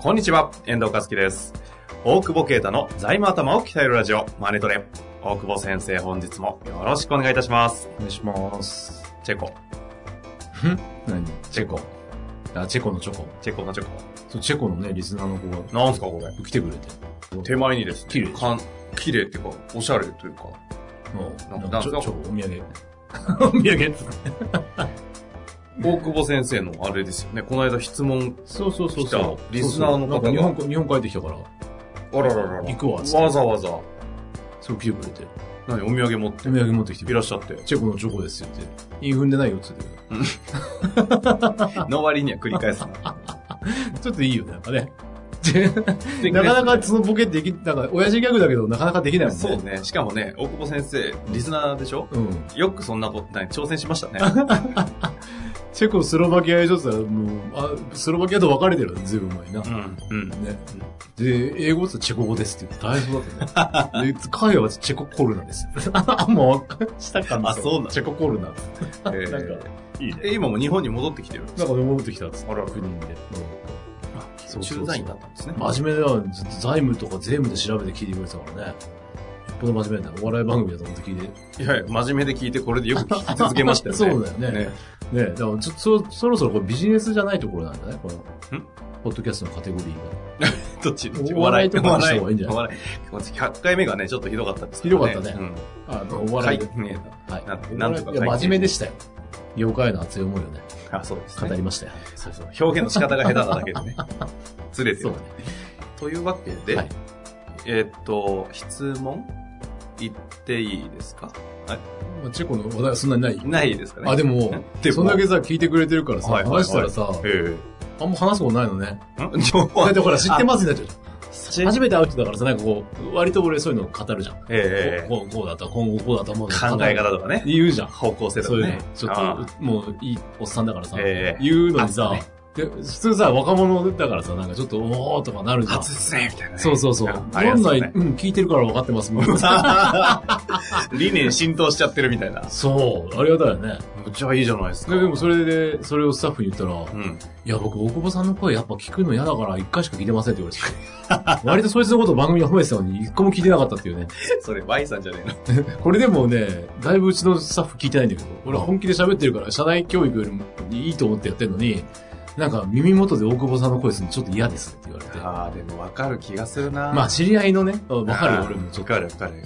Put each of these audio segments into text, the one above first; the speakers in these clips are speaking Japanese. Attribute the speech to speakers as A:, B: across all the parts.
A: こんにちは、遠藤和樹です。大久保啓太の財務頭を鍛えるラジオ、マネトレ。大久保先生、本日もよろしくお願いいたします。
B: お願いします。
A: チェコ、
B: 何
A: チェコ、
B: あ、チェコのチョコ。
A: チェコのチェコ。
B: そう、チェコのね、リスナーの子が
A: なんすかこれ。
B: 来てくれて。
A: 手前にですね、
B: 綺麗
A: かん綺麗っていうか、おしゃれというか。
B: もう、
A: なんか
B: なんかち
A: な
B: ょ
A: ん
B: チ
A: か
B: ョコ、お 土産。お土産
A: 大久保先生のあれですよね、この間質問、
B: そうそうそう
A: 来た
B: そう。
A: リスナーの
B: そ
A: 方
B: う
A: が
B: そうなんか日本、日本帰ってきたから、
A: あらららら
B: 行くわっつって
A: わざわざ、
B: そう来てくれて。
A: 何、お土産持っ
B: お
A: て
B: 土産持ってきてく
A: いら
B: れ。
A: ってしゃって。
B: チェコのチョコですよって。イン踏んでないよっつって。
A: の割には繰り返 すな。
B: ちょっといいよね、なんかね。なかなかそのボケでき、なんか、親父ギャグだけど、なかなかできないもんね。
A: そう。ね、しかもね、大久保先生、リスナーでしょ
B: うん。
A: よくそんなこと、何挑戦しましたね。
B: チェコ、スロバキアへちょっともう、あ、スロバキアと分かれてるよね、ずいぶん前にな。
A: うん、うん。
B: ね。で、英語ってチェコ語ですって言って大変だった ね。で、会話はチェココルナです。あ、 もう、したか
A: あそうなの
B: チェココルナ。
A: え
B: なんか、なん
A: ー
B: か
A: いいね。え今も日本に戻ってきてるんですか
B: 戻ってきたっつって
A: あら
B: 国人で。そうそうそう
A: 駐在員だったんですね。
B: 真面目だよ。ずっと財務とか税務で調べて聞いてくれてたからね。一方の真面目だよお笑い番組だと思って聞いて。
A: いやいや、真面目で聞いてこれでよく聞き続けましたよね。
B: そうだよね。ね
A: ね
B: だからちょそ、そろそろこれビジネスじゃないところなんだね、この。
A: ん
B: ポッドキャストのカテゴリーが。
A: どっちどっち
B: お笑いとかの
A: お笑
B: 人がいいんじゃない
A: お笑い。100回目がね、ちょっとひどかったです
B: ひどかったねあの、お
A: うん。
B: 笑い。
A: 会ね
B: はい
A: な。なんとか
B: いや、真面目でしたよ。業界への熱い思いをね、
A: あ、そうです
B: 語
A: ね。
B: りましたよ。
A: そうそう。表現の仕方が下手なだけで ね。ずれて
B: そう
A: る
B: だ。ね。
A: というわけで、
B: はい
A: えーっと、質問言っていいですか
B: まあチェコの話題はそんなにない
A: ないですかね。
B: あ、でも、
A: でも
B: そんだけさ、聞いてくれてるからさ、
A: はいはいはい
B: 話したらさ、
A: ええ
B: あんま話すことないのね。
A: ん情報
B: だってほら、知ってますになっちゃ
A: す
B: う。初めて会う人だからさ、なんかこう、割と俺そういうの語るじゃん。
A: ええ
B: こう、こうこうだった、今後こうだった、もう
A: 考え方とかね。
B: 言うじ ゃん。
A: 方向性と
B: そ
A: か
B: ういう
A: ね
B: の。。ちょ
A: ああ
B: っと、もういいおっさんだからさ、
A: ええ
B: 言うのに
A: あ
B: さ、
A: ね
B: で普通さ、若者だからさ、なんかちょっと、おーとかなるじゃん。
A: 初ですね、みたいなね。
B: そうそうそう。
A: あり
B: ど
A: ま
B: ん
A: す
B: な、
A: よね
B: うん、聞いてるから分かってます、みたい な
A: 理念浸透しちゃってるみたいな。
B: そう、ありがたいよね。
A: じゃあいいじゃないです
B: ででもそれで、それをスタッフに言ったら、
A: うん。
B: いや、僕、大久保さんの声やっぱ聞くの嫌だから、一回しか聞いてませんって言われて。 割とそいつのことを番組に褒めてたのに、一個も聞いてなかったっていうね。
A: それ Y さんじゃねえの。
B: これでもね、だいぶうちのスタッフ聞いてないんだけど、俺は本気で喋ってるから、社内教育よりもいいと思ってやってるのに、なんか耳元で大久保さんの声するのちょっと嫌ですって言われて。
A: ああ、でもわかる気がするな
B: まあ、知り合いのね、うんわかるよ、俺 もちょ
A: わ
B: っと。
A: かるわかる。
B: う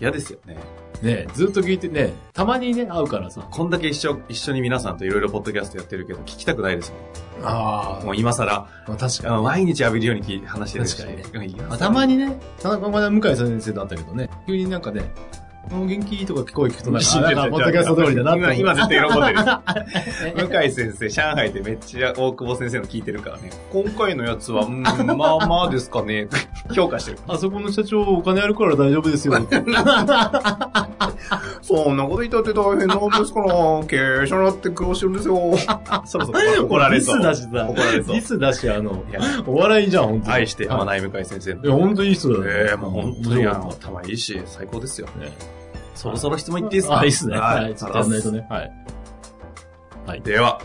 A: 嫌ですよね。
B: んねずっと聞いてね、たまにね、会うからさ。
A: こんだけ一緒、一緒に皆さんといろいろポッドキャストやってるけど、聞きたくないですも
B: あ
A: ん。もう今更、
B: あ、まあ確か
A: あの毎日浴びるように聞い話してるし。
B: 確
A: かに
B: に。たまにね、田中まだ向井先生だったけどね、急になんかね、もう元気とか聞こえ聞くとなんか、あなんかポッドキャスト通りだなって思
A: 今、今
B: う。
A: 絶対喜んでる。向井先生、上海でめっちゃ大久保先生の聞いてるからね。 今回のやつは、うん、まあまあですか ね。評価してる。
B: あそこの社長お金あるから大丈夫ですよ。
A: そんなこと言ったって大変なんですから、 経営者なって苦労してるんですよ。 そろそろ怒られ そう。
B: ミスだしさ。
A: 怒られそう
B: ミ。スだし、あの
A: い、や
B: お笑いじゃん、本当に。
A: 愛してやま
B: な
A: ない向井先生。
B: い。いや、本当にいい人だね。
A: ええ、もう本当に、
B: よ
A: あ
B: か
A: の、
B: っ
A: 頭いいし、最高ですよ。
B: たね。
A: そろそろ質問いっていいですか
B: あ、いいっすね。は、
A: はいい。
B: ちょっとやんないとね。はい。
A: では、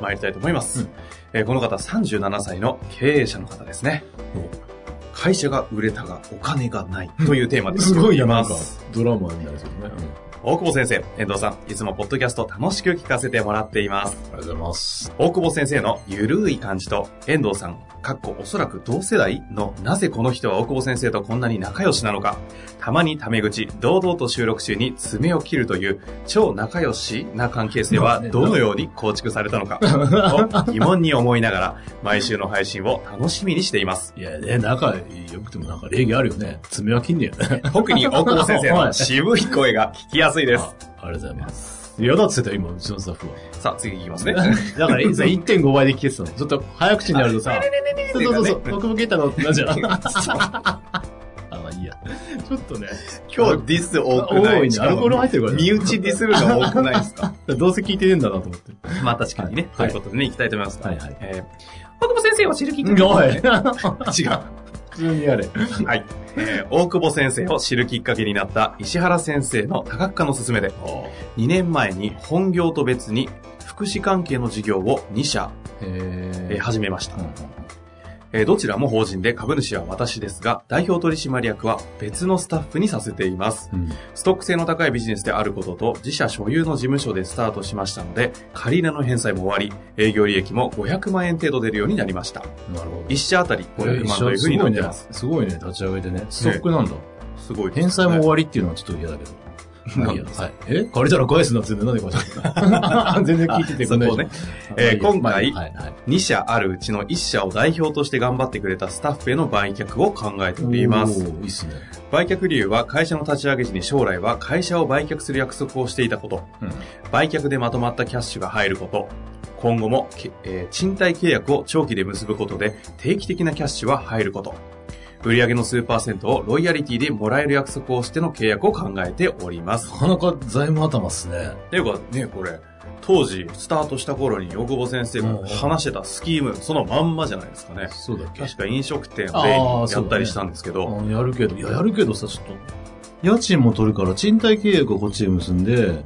A: 参りたいと思います。
B: うん
A: えーこの方、37歳の経営者の方ですね
B: お。
A: 会社が売れたがお金がないというテーマです。
B: すごいや、な
A: ま
B: んか
A: す。、
B: ドラマになりそうね。うん
A: 大久保先生、遠藤さん、いつもポッドキャスト楽しく聞かせてもらっています。
B: ありがとうございます。
A: 大久保先生のゆるい感じと、遠藤さん、かっこおそらく同世代の、なぜこの人は大久保先生とこんなに仲良しなのか、たまにタメ口、堂々と収録中に爪を切るという、超仲良しな関係性はどのように構築されたのか、と疑問に思いながら、毎週の配信を楽しみにしています。
B: いやね、仲良くてもなんか礼儀あるよね。爪は切んねよね。
A: 特に大久保先生の渋い声が聞きやすいです。
B: あありがとうございます。嫌だって言ってたよ、今、うちのスタッフは。
A: さあ、次いきますね。
B: だから、いつ1.5倍で聞けてたの。ちょっと早口になるとさ、そうそうそうそう、
A: ね
B: 僕も聞いたのってなっちゃう。あ、まあいいや。ちょっとね、
A: 今日ディス多くない。
B: 多いねアルコール入ってるからね
A: 身内ディスるの多くないですか
B: どうせ聞いてねえんだなと思って。
A: まあ確かにね。と
B: はいいう
A: ことでね、行きたいと思います。
B: はいはい
A: えー、大久保先生を知るきっかけ。
B: おい
A: 違 う。
B: 普通にやれ。
A: はい。えー大久保先生を知るきっかけになった石原先生の多角化の勧めで、2年前に本業と別に福祉関係の事業を2社、えー
B: え
A: 始めました
B: うん。
A: えーどちらも法人で株主は私ですが、代表取締役は別のスタッフにさせています。
B: うん
A: ストック性の高いビジネスであることと、自社所有の事務所でスタートしましたので、借り入れの返済も終わり、営業利益も500万円程度出るようになりました。
B: なるほど。
A: 1社あたり500万というふうになってます。
B: すごいね、立ち上げてね。ストックなんだ。
A: すごいですね
B: 返済も終わりっていうのはちょっと嫌だけど。まあいいや
A: なんで
B: はい、え借りたら返すなって言うんだよ なんで返すの全然聞いててくんない
A: あそこね
B: じゃん
A: えー今回
B: まあいいやはいはい
A: 2社あるうちの1社を代表として頑張ってくれたスタッフへの売却を考えております
B: お。ーいいっすね。
A: 売却理由は会社の立ち上げ時に将来は会社を売却する約束をしていたこと、
B: うん
A: 売却でまとまったキャッシュが入ること、今後もけ、えー賃貸契約を長期で結ぶことで定期的なキャッシュは入ること、売上の数パーセントをロイヤリティでもらえる約束をしての契約を考えております
B: な。かなか財務頭っすね。
A: ていうかね、これ、当時スタートした頃に大久保先生が話してたスキーム、そのまんまじゃないですかね。
B: そうだっけ
A: 確か飲食店
B: あ
A: で
B: ー
A: やったりしたんですけど、
B: あやるけど、いや、やるけどさ、ちょっと。家賃も取るから、賃貸契約をこっちで結んで、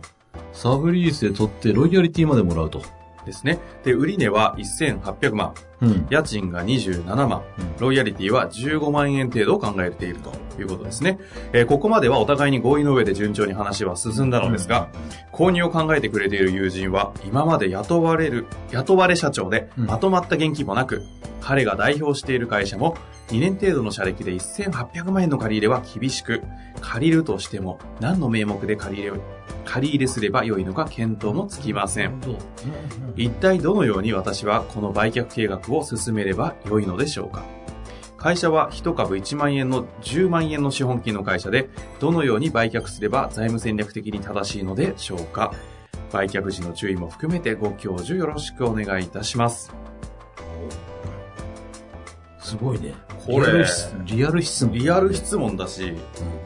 B: サブリースで取って、ロイヤリティまでもらうと。
A: ですね。で、売値は1800万、
B: うん。
A: 家賃が27万、
B: うん
A: ロイヤリティは15万円程度を考えているということですね。えーここまではお互いに合意の上で順調に話は進んだのですが、購入を考えてくれている友人は、今まで雇われる、雇われ社長で、
B: うん
A: まとまった現金もなく、彼が代表している会社も、2年程度の社歴で1800万円の借り入れは厳しく、借りるとしても、何の名目で借り入れを、借り入れすればよいのか検討もつきません。
B: どう
A: 一体どのように私はこの売却計画を進めれば良いのでしょうか会社は1株1万円の10万円の資本金の会社で、どのように売却すれば財務戦略的に正しいのでしょうか売却時の注意も含めてご教授よろしくお願いいたします。
B: すごいね。
A: これ
B: リアル質リアル質問。
A: リアル質問だし、
B: うん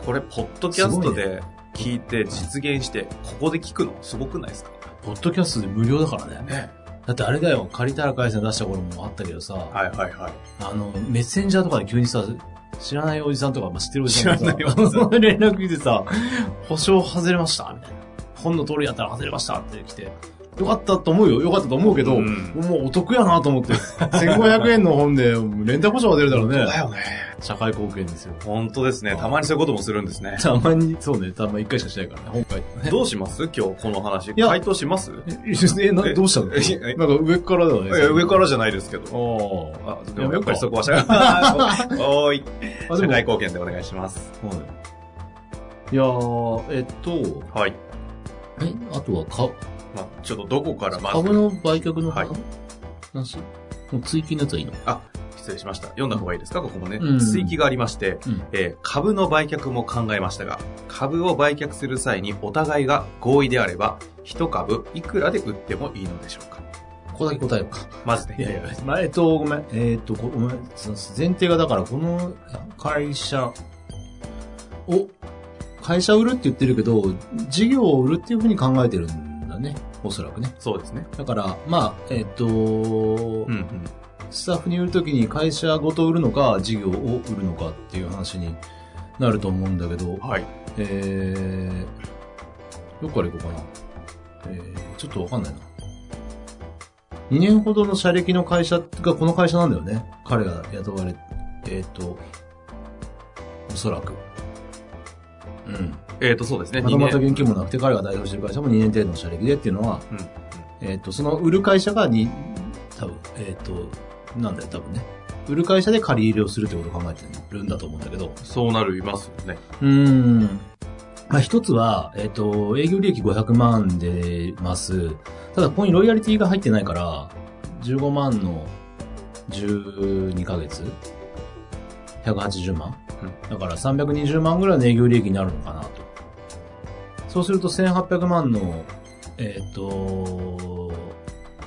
A: これ、ポッドキャストで聞いて実現して、ここで聞くのすごくないですか
B: ポッドキャストで無料だからね。
A: ね。
B: だってあれだよ、借りたら返せ出した頃もあったけどさ、
A: はいはいはい。
B: あの、メッセンジャーとかで急にさ、知らないおじさんとか、まあ、知ってるおじさんとかさ
A: 知らないおじさ
B: 連絡来てさ、保証外れましたみたいな。本の通りやったら外れましたって来て。よかったと思うよ。よかったと思うけど、
A: うん
B: もうお得やなと思って。1500円の本で、連帯保証が出るだろうね。
A: よね。
B: 社会貢献ですよ。
A: 本当ですね。たまにそういうこともするんですね。
B: たまに、そうね、たまに一回しかしないからね、本会。
A: どうします今日この話。
B: や
A: 回答します
B: え、などうしたの
A: ええ
B: なんか上からだよね。
A: いや上からじゃないですけど。
B: おー。
A: あ、でも
B: やめ
A: やっ
B: よう
A: ぱ
B: か
A: りそこは社会、 おーい。
B: あ
A: 社
B: でも
A: 会貢献でお願いします。
B: はい。いやー、えっと、
A: はい。
B: え、あとはか、
A: まあちょっとどこからま
B: 株
A: ず、
B: の売却の
A: はい
B: 話もう追記のやつはいいの
A: 失礼しました。読んだ方がいいですかここもね
B: う。ん
A: 追記がありまして
B: うん、
A: えー株の売却も考えましたが、株を売却する際にお互いが合意であれば、一株いくらで売ってもいいのでしょうか
B: ここだけ答えようか。
A: まずね。
B: いやいや、まあ、えっと、ごめん。えっと、ごごめん。前提がだから、この会社を、会社を売るって言ってるけど、事業を売るっていうふうに考えてるんだね。おそらくね。
A: そうですね。
B: だから、まあ、えっと、
A: うんうん。
B: スタッフに売るときに会社ごと売るのか、事業を売るのかっていう話になると思うんだけど、
A: はい。
B: えー、どこから行こうかな。えー、ちょっとわかんないな。2年ほどの社歴の会社がこの会社なんだよね。彼が雇われ、えっ、と、おそらく。うん。
A: えっと、そうですね。
B: まとまった
A: 二年
B: 現金もなくて彼が代表してる会社も2年程度の社歴でっていうのは、
A: うんうん
B: えっ、と、その売る会社がに、多分、えっ、と、なんだよ、多分ね。売る会社で借り入れをするってことを考えてるんだと思うんだけど、
A: そうなりますよね。
B: うーん。まあ、一つは、えっ、と、営業利益500万出ます。ただ、ここにロイヤリティが入ってないから、15万の12ヶ月 ?180 万、
A: うん
B: だから320万ぐらいの営業利益になるのかなと。そうすると1800万のえっ、と、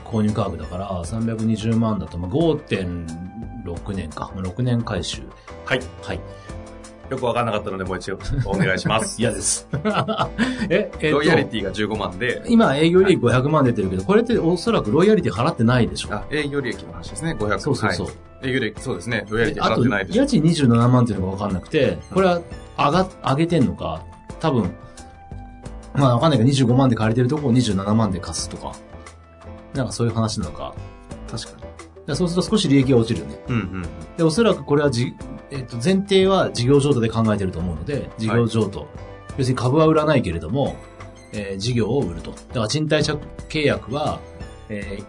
B: 購入価格だから320万だと、まあ、5.6年か。まあ、6年回収。
A: はい。
B: はい。
A: よくわかんなかったので、もう一度お願いします。
B: 嫌です。 え、えっ、
A: ロイヤリ
B: と、
A: ティが15万で、
B: 今営業利益500万出てるけど、これっておそらくロイヤリティ払ってないでしょ。
A: あ、営業利益の話ですね、500。
B: そうそうそう
A: は。い営業利益、そうですね、ロイヤリ
B: で
A: ティ払
B: あ
A: っ
B: と、
A: てないでしょ。
B: 家賃27万っていうのが分かんなくて、これは上が、上げてんのか、多分、まあ分かんないけど25万で借りてるとこを27万で貸すとか、なんかそういう話なのか。
A: 確かに。
B: でそうすると少し利益が落ちるよね。
A: うんうん。
B: で、おそらくこれはじ、えっと、前提は事業譲渡で考えてると思うので、事業譲渡。要するに株は売らないけれども、えー事業を売ると。だから賃貸借契約は、えー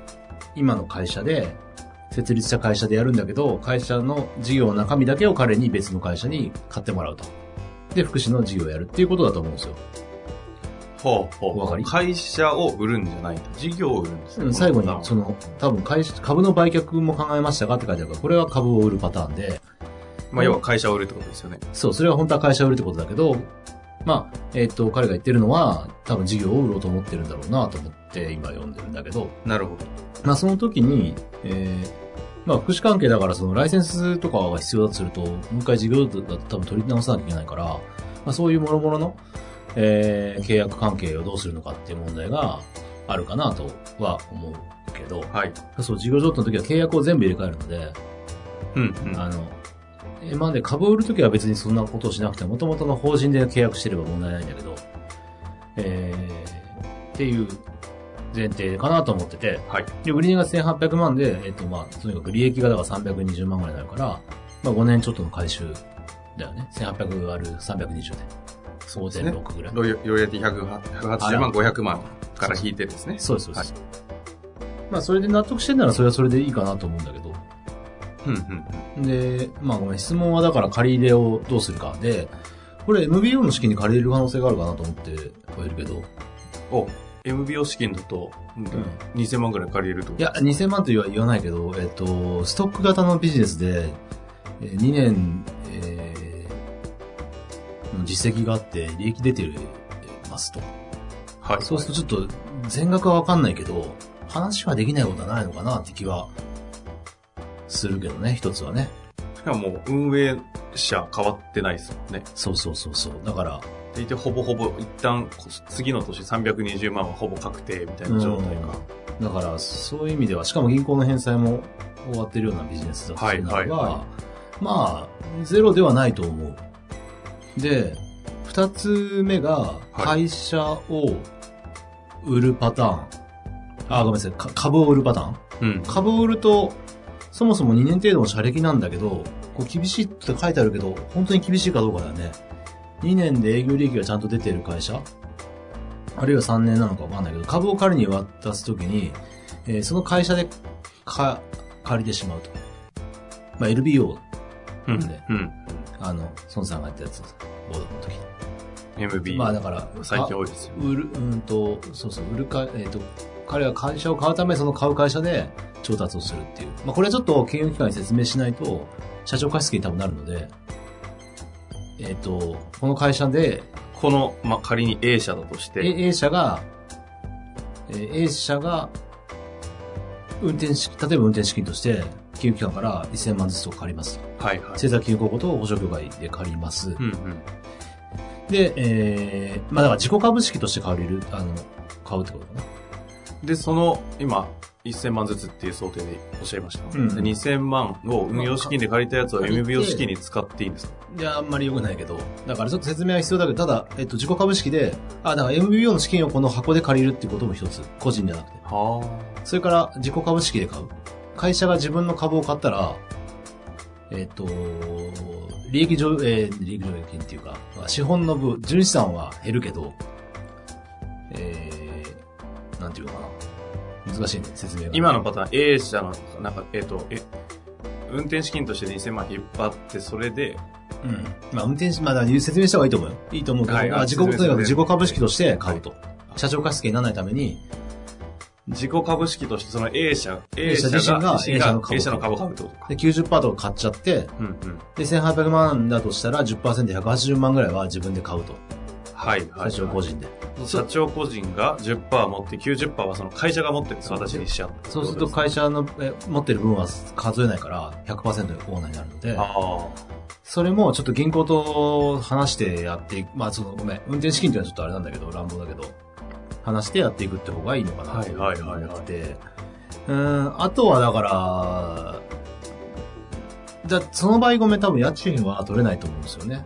B: 今の会社で、設立した会社でやるんだけど、会社の事業の中身だけを彼に別の会社に買ってもらうと。で、福祉の事業をやるっていうことだと思うんですよ。
A: ほうほう。
B: お分かり
A: 会社を売るんじゃないと。事業を売るんですね。
B: うん最
A: な
B: 後
A: る
B: に、
A: ほど
B: その、多分会社、株の売却も考えましたかって書いてあるから、これは株を売るパターンで、
A: まあ、要は会社を売るってことですよね。
B: そう、それは本当は会社を売るってことだけど、まあ、えっ、と、彼が言ってるのは、多分事業を売ろうと思ってるんだろうなと思って今読んでるんだけど、
A: なるほど。
B: まあその時に、えー、まあ福祉関係だからそのライセンスとかが必要だとすると、もう一回事業だと多分取り直さなきゃいけないから、まあそういう諸々の、えー、契約関係をどうするのかっていう問題があるかなとは思うけど、
A: はい。
B: そう、事業譲渡の時は契約を全部入れ替えるので、
A: うんうん。
B: あの、えまあね、株を売るときは別にそんなことをしなくても、ともとの法人で契約してれば問題ないんだけど、えー、っていう前提かなと思ってて、
A: はい。
B: で、売り値が1800万で、えっ、と、まあ、とにかく利益がだから320万ぐらいになるから、まあ5年ちょっとの回収だよね。1800割る320で。そう
A: すね
B: 5.6ぐらい。
A: ロイロイヤリティ180万、500万から引いてですね。
B: そうです、そうです。まあ、それで納得してんならそれはそれでいいかなと思うんだけど、
A: うんうん。
B: で、まあごめん、質問はだから借り入れをどうするかで、これ MBO の資金に借りれる可能性があるかなと思ってはいるけど、
A: お、MBO 資金だと、うん2000万ぐらい借りれると。
B: いや、2000万とは言わないけど、えっと、ストック型のビジネスで、えー2年、えーの実績があって利益出てますと。
A: はい。
B: そうするとちょっと全額はわかんないけど、話はできないことはないのかなって気はするけどね、一つはね。
A: しかも、運営者変わってないですもんね。
B: そうそうそうそう。だから、
A: でいて、ほぼほぼ、一旦、こ次の年320万はほぼ確定みたいな状態か。
B: だから、そういう意味では、しかも銀行の返済も終わってるようなビジネスだとするならば、
A: はいはいは
B: まあ、ゼロではないと思う。で、二つ目が、
A: い
B: 会社を売るパターン。あ、ごめんなさい。か株を売るパターン
A: うん。
B: 株を売ると、そもそも2年程度の社歴なんだけど、こう厳しいって書いてあるけど、本当に厳しいかどうかだよね。2年で営業利益がちゃんと出てる会社あるいは3年なのかわかんないけど、株を彼に渡すときに、えーその会社でか借りてしまうと。まあ、LBO、
A: うん
B: ね。
A: うん。
B: あの、孫さんがやったやつ、ボードの時
A: MB。
B: まあ、だから、
A: 最近多いですよ。
B: 売る、うんと、そうそう、売るか、えっ、と、彼は会社を買うため、その買う会社で調達をするっていう。まあ、これはちょっと金融機関に説明しないと、社長貸付に多分なるので、えっ、と、この会社で、
A: この、まあ、仮に A 社だとし
B: え
A: て、
B: A 社が、えー A 社が、運転資金、例えば運転資金として、金融機関から1000万ずつとか借りますと。
A: はいはい。
B: 政策金融公庫と保証協会で借ります。
A: うんうん。
B: で、えー、まあだから自己株式として借りる、あの、買うってことかな。
A: で、その、今、1000万ずつっていう想定でおっしゃいました。
B: うん
A: で2000万を運用資金で借りたやつを
B: 借りて
A: MBO 資金に使っていいんですか
B: いや、あんまり良くないけど。だからちょっと説明は必要だけど、ただ、えっと、自己株式で、あ、だから MBO の資金をこの箱で借りるっていうことも一つ。個人じゃなくて。
A: は
B: それから、自己株式で買う。会社が自分の株を買ったら、えっと、利益上、えー利益上益金っていうか、まあ資本の分、純資産は減るけど、えー、なんていうのかな。難しいね、説明が。
A: 今のパターン、A 社の、なんか、えっ、と、え、運転資金として2000万引っ張って、それで、
B: うん。まあ、運転し、まあ、だから説明した方がいいと思うよ。いいと思うけど、
A: はい
B: まあ自己、
A: あ
B: とに
A: 説明
B: かく自己株式として買うと。社長貸付にならないために、
A: 自己株式として、その A 社、
B: A 社自身が
A: A 社が
B: A
A: A 社
B: 社の
A: の
B: 株
A: 株を買
B: を買う
A: うってことか
B: で、。90%とか買っちゃって、
A: うんうん。
B: で、1800万だとしたら10%で180万ぐらいは自分で買うと。
A: はいは
B: 社
A: い。
B: 長個人で。
A: 社長個人が10%持って90%はその会社が持ってるんです私にしちゃう
B: そうすると
A: 会
B: 会社のえ持ってる分は数えないから100%オーナーになるので
A: 社。、あ
B: それもちょっと銀行と話してやっていく、まあそのごめん、運転資金っていうのはちょっとあれなんだけど、乱暴だけど、話してやっていくって方がいいのかなって
A: はいはいはいはい
B: 思って、うん、あとはだから、だその場合ごめん、多分家賃は取れないと思うんですよね。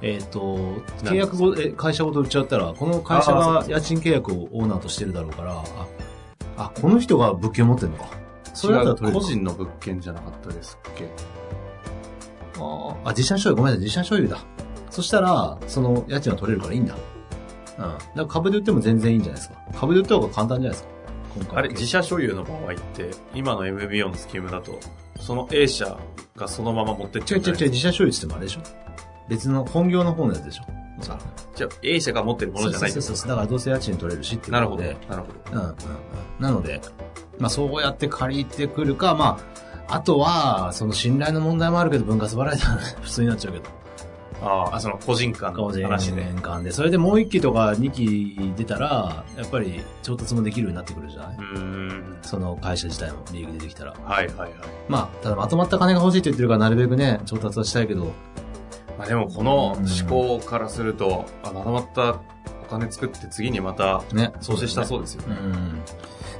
B: えっ、と、契約ご、え会社ごと売っちゃったら、この会社
A: あーそう
B: が
A: そう
B: 家賃契約をオーナーとしてるだろうから、あ、あこの人が物件持ってるのか。それだったら
A: あ。違う
B: 取れ
A: 個
B: る
A: 人の物件じゃなかったですっけ
B: あー、あ自社所有、ごめんなさい、自社所有だ。そしたら、その家賃は取れるからいいんだ。うん。だから株で売っても全然いいんじゃないですか。株で売った方が簡単じゃないですか。今回
A: あれ、自社所有の場合って、今の MBO のスキームだと、その A 社がそのまま持ってっち
B: 違
A: ゃう
B: う
A: んじ
B: 違
A: ゃ
B: う
A: ない
B: 違う、自社所有って言ってもあれでしょ。別の本業の方のやつでしょ。おそらく。
A: じゃあ A 社が持ってるものじゃない
B: そうそうそう。だからどうせ家賃取れるしっていう
A: なる
B: こ
A: ほ
B: と
A: ど。な
B: で
A: る。ほど。
B: うんうんうん。なので、まあそうやって借りてくるか、まあ、あとは、その信頼の問題もあるけど、分割払い だ普通になっちゃうけど。
A: あーあ、その個人間の
B: 個人
A: 話で。
B: 年間で。それでもう1期とか2期出たら、やっぱり調達もできるようになってくるじゃないう
A: ーん。
B: その会社自体も利益出てきたら。
A: はいはいはい。
B: まあ、ただまとまった金が欲しいって言ってるから、なるべくね、調達はしたいけど、
A: まあでもこの思考からすると、あまとまったお金作って次にまた
B: ね。
A: 投資したそうですよね。
B: うん。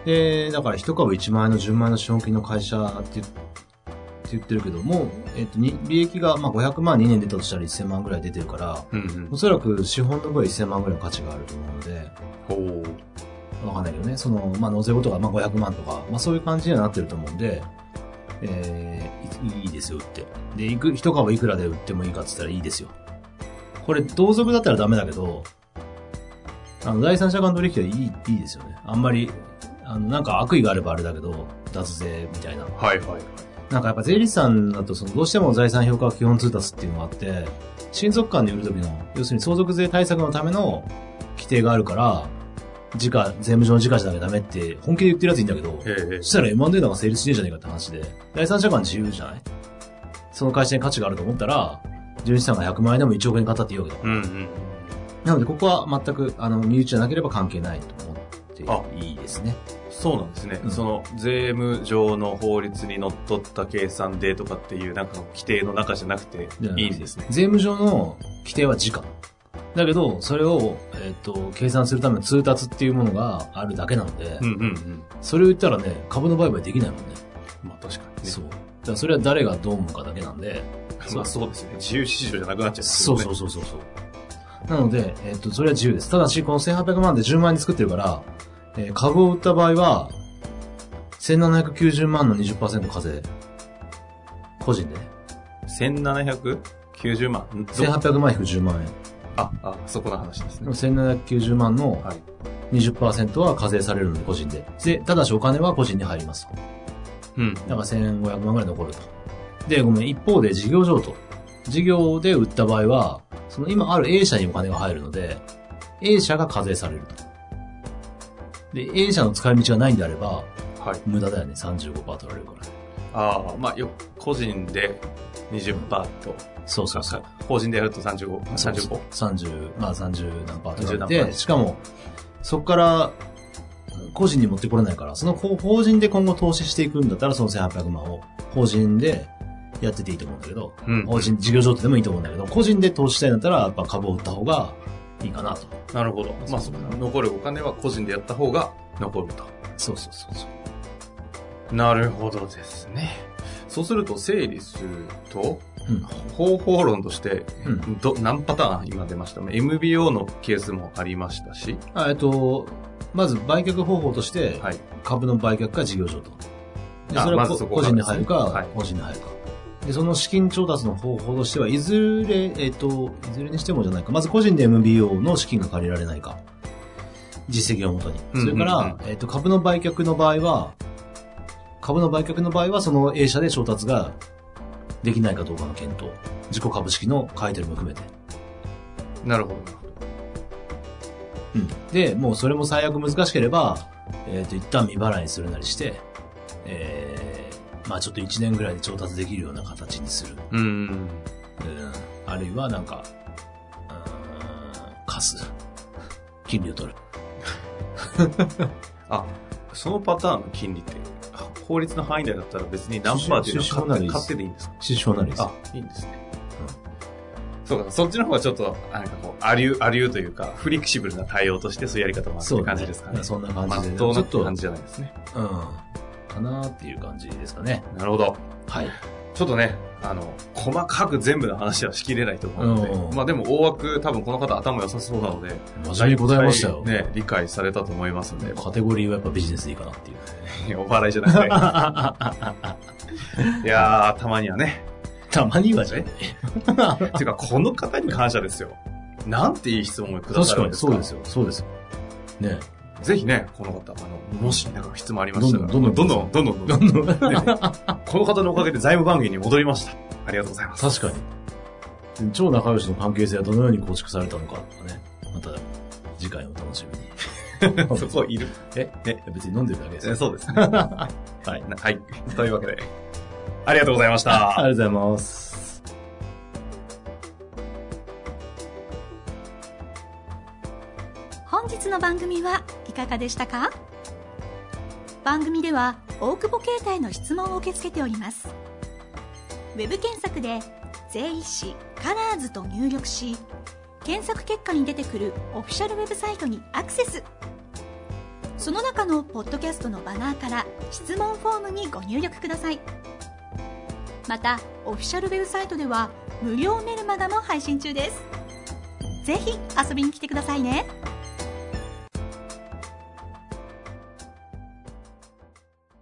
B: で、だから一株1万円の10万円の資本金の会社って言って言ってるけども、えっと、に利益が、まあ、500万2年出たとしたら1000万ぐらい出てるから、
A: うんうん
B: お。そらく資本の分は1000万ぐらいの価値があると思うの
A: ほ
B: で、
A: う。
B: わかんないけどね、その、まあ、納税後とか、まあ、500万とか、まあ、そういう感じにはなってると思うんで、えー、いいいですよ、売って。で、いく、一株いくらで売ってもいいかって言ったらいいですよ。これ、同族だったらダメだけど、あの、第三者間取引はいい、いいですよね。あんまり、あの、なんか悪意があればあれだけど、脱税みたいな。
A: はいはい。
B: なんかやっぱ税理士さんだと、その、どうしても財産評価基本通達っていうのがあって、親族間で売る時の、要するに相続税対策のための規定があるから、時価、税務上の時価じゃなきゃダメって、本気で言ってるやついいんだけど、
A: ええええ
B: そしたら M&A なんか成立しねえじゃねえかって話で、第三者間自由じゃないその会社に価値があると思ったら、純資産が100万円でも1億円買ったっていいわけだ。
A: うんうん。
B: なので、ここは全く、あの、身内じゃなければ関係ないと思っていいですね。
A: そうなんですね、
B: うん
A: その税務上の法律にのっとった計算でとかっていうなんか規定の中じゃなくて
B: じゃあ
A: いいんですね。
B: 税務上の規定は時価。だけど、それを、えっ、と、計算するための通達っていうものがあるだけなので、
A: うんうんうん。
B: それを言ったらね、株の売買できないもんね。
A: まあ確かにね。
B: そう。だからそれは誰がどう思うかだけなんで、
A: まあそうですよね。自由市場じゃなくなっちゃう、
B: そうそうそうそうそう。なので、えっ、と、それは自由です。ただし、この1800万で10万円で作ってるから、えー株を売った場合は、1790万の20%課税。個人でね。
A: 1790万。んど
B: 1800万引く10万円。
A: あ、あ、そこの話です
B: で
A: ね
B: も。1790万の
A: はい。
B: 20%は課税されるので、個人で。で、ただしお金は個人に入りますと。
A: うん。
B: だから1500万ぐらい残ると。で、ごめん、一方で事業譲渡。事業で売った場合は、その今ある A 社にお金が入るので、A 社が課税されると。で、A 社の使い道がないんであれば、
A: はい。
B: 無駄だよね、35%取られるから。
A: ああ、まあよ、個人で20%と、
B: そうそうそう。
A: 法人でやると35、35。
B: 30、まあ30何パー取ら
A: 30
B: れ
A: 何
B: て、
A: パー
B: しかも、そこから、個人に持ってこれないから、その法法人で今後投資していくんだったら、その1800万を法人でやってていいと思うんだけど、
A: うん
B: 法人、事業譲渡でもいいと思うんだけど、個人で投資したいんだったら、やっぱ株を売った方がいいかなと。
A: なるほど。まあ、そう残るお金は個人でやった方が残ると。
B: そうそうそうそう。
A: なるほどですね。そうすると整理すると、
B: うん。
A: 方法論として、
B: うん
A: ど何パターン今出ました ?MBO のケースもありましたし、
B: あえっと、まず売却方法として、
A: はい。
B: 株の売却か事業譲渡。で
A: あ
B: それ
A: ま
B: は
A: ず
B: こ
A: そこ
B: 個
A: から
B: 人
A: で
B: に
A: すね
B: 入るか
A: はい、
B: 個人に入るか。で、その資金調達の方法としては、いずれ、えっと、いずれにしてもじゃないか。まず個人で MBO の資金が借りられないか。実績をもとに。
A: うん
B: それか
A: うん
B: ら、えっと、株の売却の場合は、株の売却の場合は、その A 社で調達ができないかどうかの検討。自己株式の買い取りも含めて。
A: なるほど、なるほど。
B: うん、で、もうそれも最悪難しければ、えっ、と、一旦未払いにするなりして、えー、まあちょっと1年ぐらいで調達できるような形にする。
A: うーん。
B: うん、あるいはなんか、うーん貸す。金利を取る。
A: あ、そのパターンの金利って、あ法律の範囲内だったら別に何パーっていうの
B: 出資
A: は
B: 法な
A: 勝
B: らい
A: 手
B: いです
A: 勝手でいいんですか
B: 支障なりです。
A: あ、いいんですね。そうか、そっちの方がちょっと、なんかこう、ありゅう、ありゅうというか、フレキシブルな対応として、そういうやり方もあるっ
B: そう
A: て
B: ね
A: 感じですかね。
B: そんな感
A: ま
B: じで、
A: っ
B: ね。
A: とう
B: ち
A: な
B: ょ
A: っ
B: ってと、う
A: 感
B: ん。
A: じじゃないですね。
B: かなっていう感じですかね。
A: なるほど。
B: はい。
A: ちょっとね、あの、細かく全部の話はしきれないと思うの
B: う
A: で、
B: ん
A: まあでも大枠、多分この方頭良さそうなので、
B: 真面目にございましたよ。
A: ね、理解されたと思いますので、
B: カテゴリーはやっぱビジネスでいいかなっていう。
A: お笑いじゃなく て。いやー、たまにはね。
B: たまにはじゃね。
A: ていうか、この方に感謝ですよ。なんていい質問をくだ
B: 確
A: さる
B: か
A: ん
B: に
A: です
B: そうですよ。そうですよ。ね
A: ぜひね、この方、あの、もし、なんか質問ありましたら、
B: どんどん
A: ど
B: ど
A: んど
B: んど
A: ん、どんどん、どんどん
B: 確か
A: ねこの方のおかげで財務番組に戻りました。ありがとうございます。。
B: に。超仲良しの関係性はどのように構築されたのかとかね。また、次回お楽しみに
A: そ こいる。
B: え、え、別に飲んでるだけです
A: え
B: よ。
A: そうですね。
B: はい。
A: なはい。というわけで、ありがとうございました。
B: ありがとうございます。
C: 本日の番組はいかがでしたか番組では大久保携帯の質問を受け付けておりますウェブ検索で「税理士カラーズと入力し検索結果に出てくるオフィシャルウェブサイトにアクセスその中のポッドキャストのバナーから質問フォームにご入力くださいまたオフィシャルウェブサイトでは無料メルマガも配信中ですぜひ遊びに来てくださいね